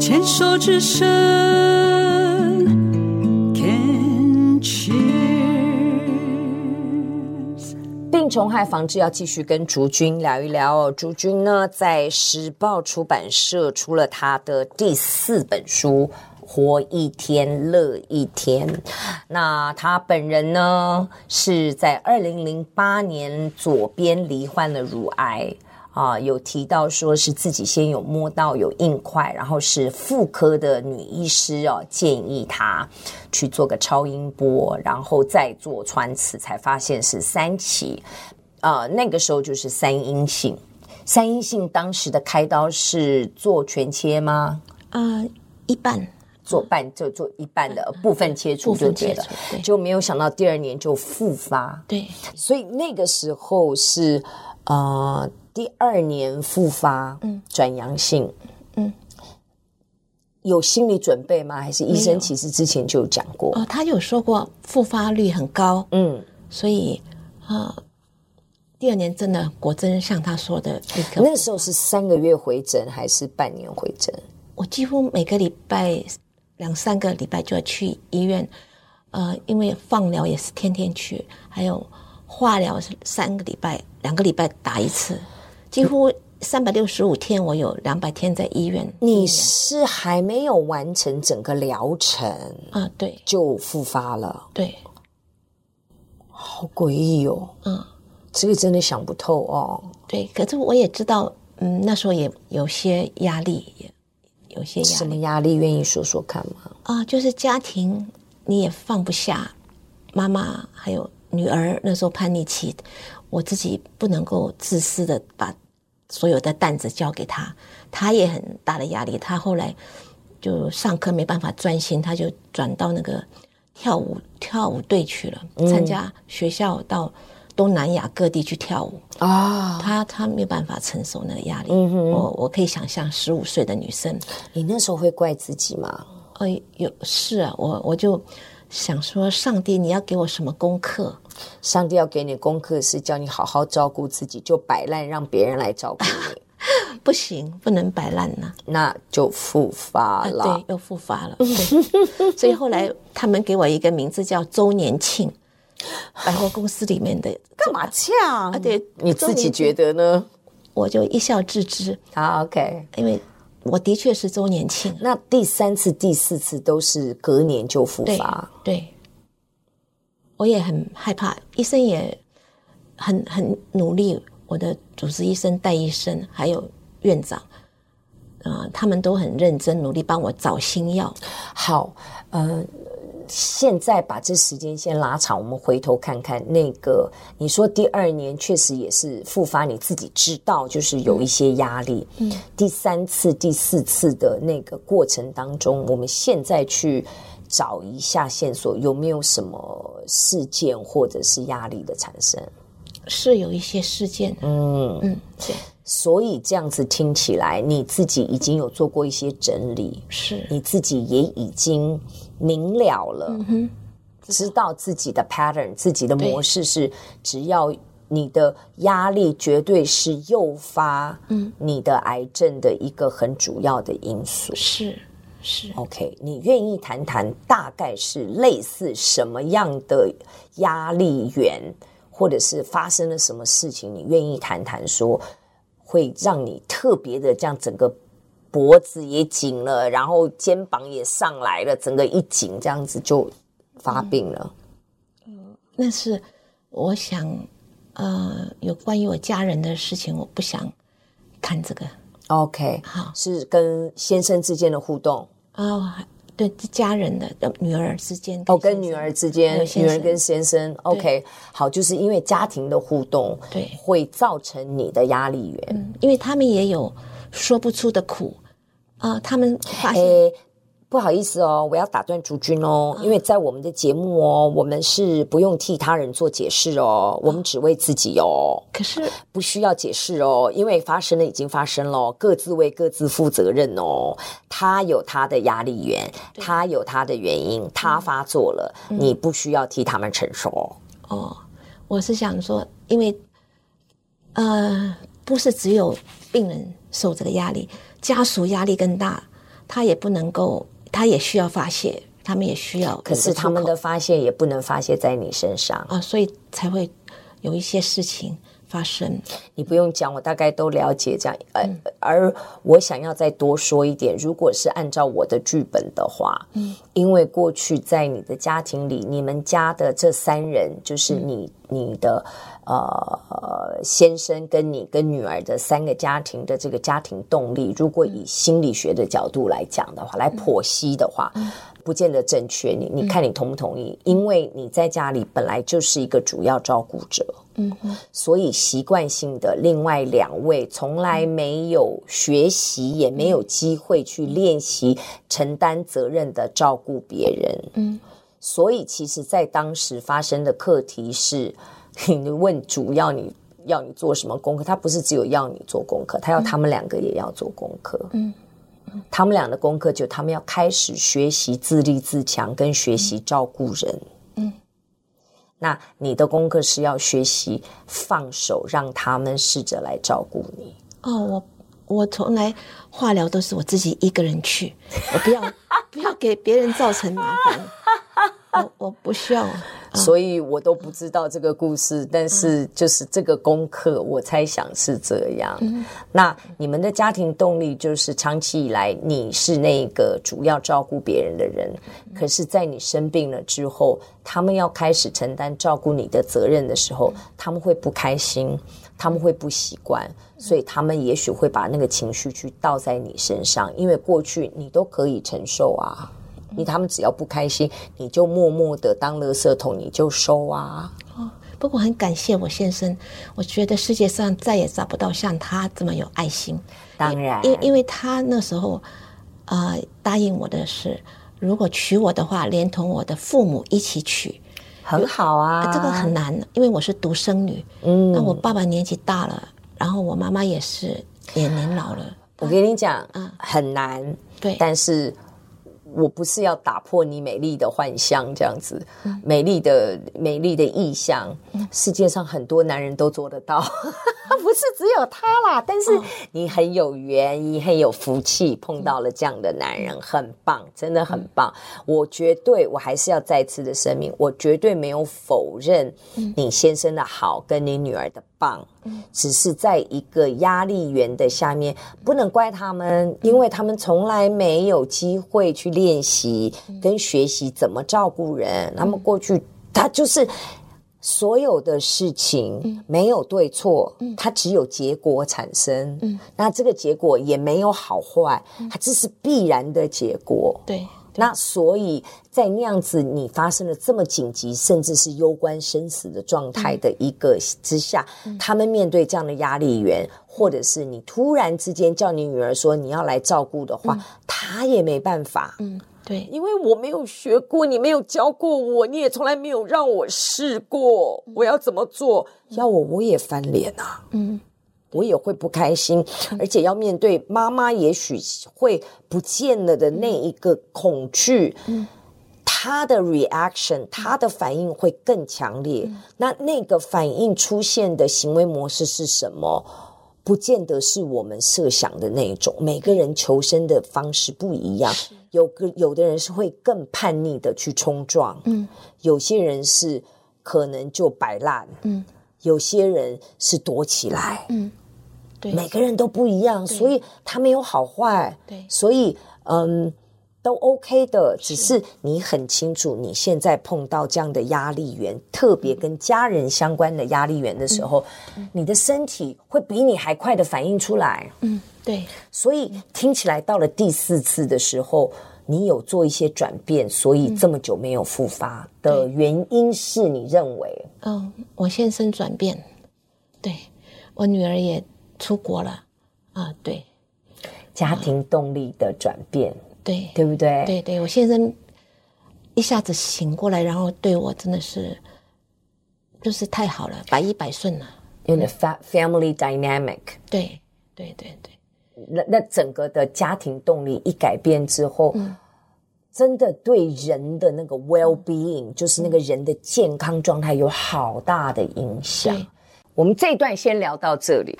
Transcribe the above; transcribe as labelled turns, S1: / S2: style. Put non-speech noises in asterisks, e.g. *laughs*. S1: 牵手之声，Can cheers。
S2: 病虫害防治要继续跟竹君聊一聊哦。竹君呢，在时报出版社出了他的第四本书《活一天乐一天》。那他本人呢，是在二零零八年左边罹患了乳癌。啊，有提到说是自己先有摸到有硬块，然后是妇科的女医师哦建议他去做个超音波，然后再做穿刺，才发现是三期，呃，那个时候就是三阴性。三阴性当时的开刀是做全切吗？
S3: 呃，一
S2: 嗯
S3: 半
S2: 做半就做一半的部分切除
S3: 呃部
S2: 就
S3: 分
S2: 对
S3: 切
S2: 了
S3: 除，，对
S2: 就没有想到第二年就复发。
S3: 对
S2: 所以那个时候是呃第二年复发，嗯，转阳性，
S3: 嗯，
S2: 有心理准备吗？还是医
S3: 没
S2: 生
S3: 有
S2: 其实之前就有讲过？
S3: 哦，他有说过复发率很高，
S2: 嗯，
S3: 所以啊、呃第二年真的果真像他说的一个，
S2: 那时候是三个月回诊还是半年回诊？
S3: 我几乎每个礼拜两三个礼拜就要去医院，呃，因为放疗也是天天去，还有化疗是三个礼拜、两个礼拜打一次，几乎三百六十五天，我有两百天在医院。
S2: 你是还没有完成整个疗程
S3: 啊、对
S2: 就复发了，
S3: 对，
S2: 好诡异哦！
S3: 嗯。
S2: 这个真的想不透哦，
S3: 对，可是我也知道，嗯，那时候也有些压力，也有些压
S2: 什
S3: 力
S2: 么压力？愿意说说看吗？
S3: 啊、就是家庭你也放不下，妈妈还有女儿那时候叛逆期，我自己不能够自私的把所有的担子交给她，她也很大的压力，她后来就上课没办法专心，她就转到那个跳舞跳舞队去了，
S2: 嗯
S3: 参加学校到东南亚各地去跳舞。
S2: 啊、
S3: 她她没有办法承受那个压力。我我可以想象十五岁的女生，
S2: 你那时候会怪自己吗？
S3: 呃，有是啊，我我就想说，上帝，你要给我什么功课？
S2: 上帝要给你功课是叫你好好照顾自己，就摆烂让别人来照顾
S3: *laughs*
S2: 你，
S3: 不行，不能摆烂呐、
S2: 那就复发
S3: 啊，
S2: 了。
S3: 对，又复发了。对所以后来他们给我一个名字叫周年庆，百货公司里面的
S2: 干嘛呛啊
S3: 啊，对，
S2: 你自
S3: 周
S2: 己
S3: 年庆
S2: 觉得呢？
S3: 我就一笑置之，
S2: 好，OK。
S3: 因为我的确是周年庆。啊
S2: 那第三次、第四次都是隔年就复
S3: 对
S2: 发，
S3: 对，我也很害怕，医生也很很努力，我的主治医生、戴医生还有院长。啊、他们都很认真努力帮我找新药。
S2: 好，呃，现在把这时间线拉长，我们回头看看那个，你说第二年确实也是复发，你自己知道就是有一些压力。嗯，第三次、第四次的那个过程当中，我们现在去找一下线索，有没有什么事件或者是压力的产生？
S3: 是有一些事件，
S2: 嗯，
S3: 嗯，对，
S2: 所以这样子听起来，你自己已经有做过一些整理，
S3: 是
S2: 你自己也已经明了了，知道自己的 pattern、自己的模式是，只要你的压力绝对是诱发你的癌症的一个很主要的因素。
S3: 是是，
S2: OK，你愿意谈谈大概是类似什么样的压力源，或者是发生了什么事情？你愿意谈谈说会让你特别的这样整个脖子也紧了，然后肩膀也上来了，整个一紧这样子就发病了。
S3: 那是我想，呃，有关于我家人的事情，我不想看这个。
S2: OK，
S3: 好
S2: 是跟先生之间的互动
S3: 啊、还对家人的呃女儿之间
S2: 哦，跟
S3: 先
S2: 女
S3: 生
S2: 儿之间
S3: 有，先
S2: 女儿
S3: 生
S2: 跟先生 OK，好，就是因为家庭的互动，
S3: 对
S2: 会造成你的压力源。
S3: 因为他们也有说不出的苦啊、他们发现、
S2: 诶，哎不好意思哦，我要打断竹君哦，
S3: 嗯
S2: 因为在我们的节目哦，我们是不用替他人做解释哦，
S3: 嗯
S2: 我们只为自己哦，
S3: 可是
S2: 不需要解释哦，因为发生了已经发生了，哦各自为各自负责任哦。他有他的压力源，他有他的原
S3: 嗯
S2: 因，他发作了，你不需要替他们承受哦。
S3: 哦，我是想说，因为呃，不是只有病人受这个压力，家属压力更大，他也不能够，他也需要发泄，他们也需要有个
S2: 可
S3: 出口。
S2: 是他们的发泄也不能发泄在你身上。
S3: 啊，所以才会有一些事情发生。
S2: 你不用讲，我大概都了解这样。呃，而我想要再多说一点，如果是按照我的剧本的话，嗯，因为过去在你的家庭里，你们家的这三人就是你、你的呃先生跟你跟女儿的三个家庭的这个家庭动力，如果以心理学的角度来讲的话，来剖析的话。不见得正确，你你看你同不同意？因为你在家里本来就是一个主要照顾者，所以习惯性的另外两位从来没有学习，也没有机会去练习承担责任的照顾别人。
S3: 嗯，
S2: 所以其实，在当时发生的课题是， *laughs* 你问主要你要你做什么功课，他不是只有要你做功课，他要他们两个也要做功课。
S3: 嗯。
S2: 他们俩的功课就他们要开始学习自立自强，跟学习照顾人。那你的功课是要学习放手，让他们试着来照顾你。
S3: 哦，我我从来化疗都是我自己一个人去，我不要 *laughs* 不要给别人造成麻烦，我我不需要。
S2: 所以我都不知道这个故事，但是就是这个功课，我猜想是这样。那你们的家庭动力就是长期以来你是那个主要照顾别人的人，可是，在你生病了之后，他们要开始承担照顾你的责任的时候，他们会不开心，他们会不习惯，所以他们也许会把那个情绪去倒在你身上，因为过去你都可以承受啊。你他们只要不开心，你就默默的当垃圾桶，你就收啊。
S3: 哦，不过很感谢我先生，我觉得世界上再也找不到像他这么有爱心。
S2: 当然，
S3: 因因为他那时候，呃，答应我的是，如果娶我的话，连同我的父母一起娶，
S2: 很好啊，
S3: 这个很难，因为我是独生女。
S2: 嗯
S3: 那我爸爸年纪大了，然后我妈妈也是也年老了。
S2: 我跟你讲，很难，
S3: 对
S2: 但是我不是要打破你美丽的幻象，这样子，美丽的美丽的意象，世界上很多男人都做得到， *laughs* 不是只有他啦。但是你很有缘，你很有福气，碰到了这样的男人，很棒，真的很棒。我绝对，我还是要再次的声明，我绝对没有否认你先生的好跟你女儿的棒。只是在一个压力源的下面，不能怪他们，因为他们从来没有机会去练习跟学习怎么照顾人。他们过去，他就是所有的事情没有对错，它只有结果产生。那这个结果也没有好坏，它这是必然的结果。
S3: 对，
S2: 那所以在那样子你发生了这么紧急，甚至是攸关生死的状态的一个之下，他们面对这样的压力源，或者是你突然之间叫你女儿说你要来照顾的话，她也没办法。
S3: 嗯，对，
S2: 因为我没有学过，你没有教过我，你也从来没有让我试过，我要怎么做？要我我也翻脸啊！
S3: 嗯，
S2: 我也会不开心，而且要面对妈妈也许会不见了的那一个恐惧，他的 reaction，他的反应会更强烈。
S3: 嗯
S2: 那那个反应出现的行为模式是什么？不见得是我们设想的那一种，每个人求生的方式不一样。有个有的人是会更叛逆的去冲撞，
S3: 嗯，
S2: 有些人是可能就摆烂，
S3: 嗯，
S2: 有些人是躲起来，
S3: 对，
S2: 每个人都不一样，所以他没有好坏，
S3: 对
S2: 所以嗯，都 OK 的，只是你很清楚，你现在碰到这样的压力源，特别跟家人相关的压力源的时候，嗯你的身体会比你还快的反应出来，
S3: 嗯，对，
S2: 所以听起来到了第四次的时候。你有做一些转变，所以这么久没有复发的原因是你认为
S3: 嗯，我先生转变，对我女儿也出国了，啊，对，
S2: 家庭动力的转变，
S3: 对，
S2: 对不对？
S3: 对对，我先生一下子醒过来，然后对我真的是就是太好了，百依百顺了。
S2: 因为 fa family dynamic，
S3: 对对对对，
S2: 那那整个的家庭动力一改变之后，真的对人的那个 well being，、就是那个人的健康状态有好大的影响
S3: 对。
S2: 我们这一段先聊到这里。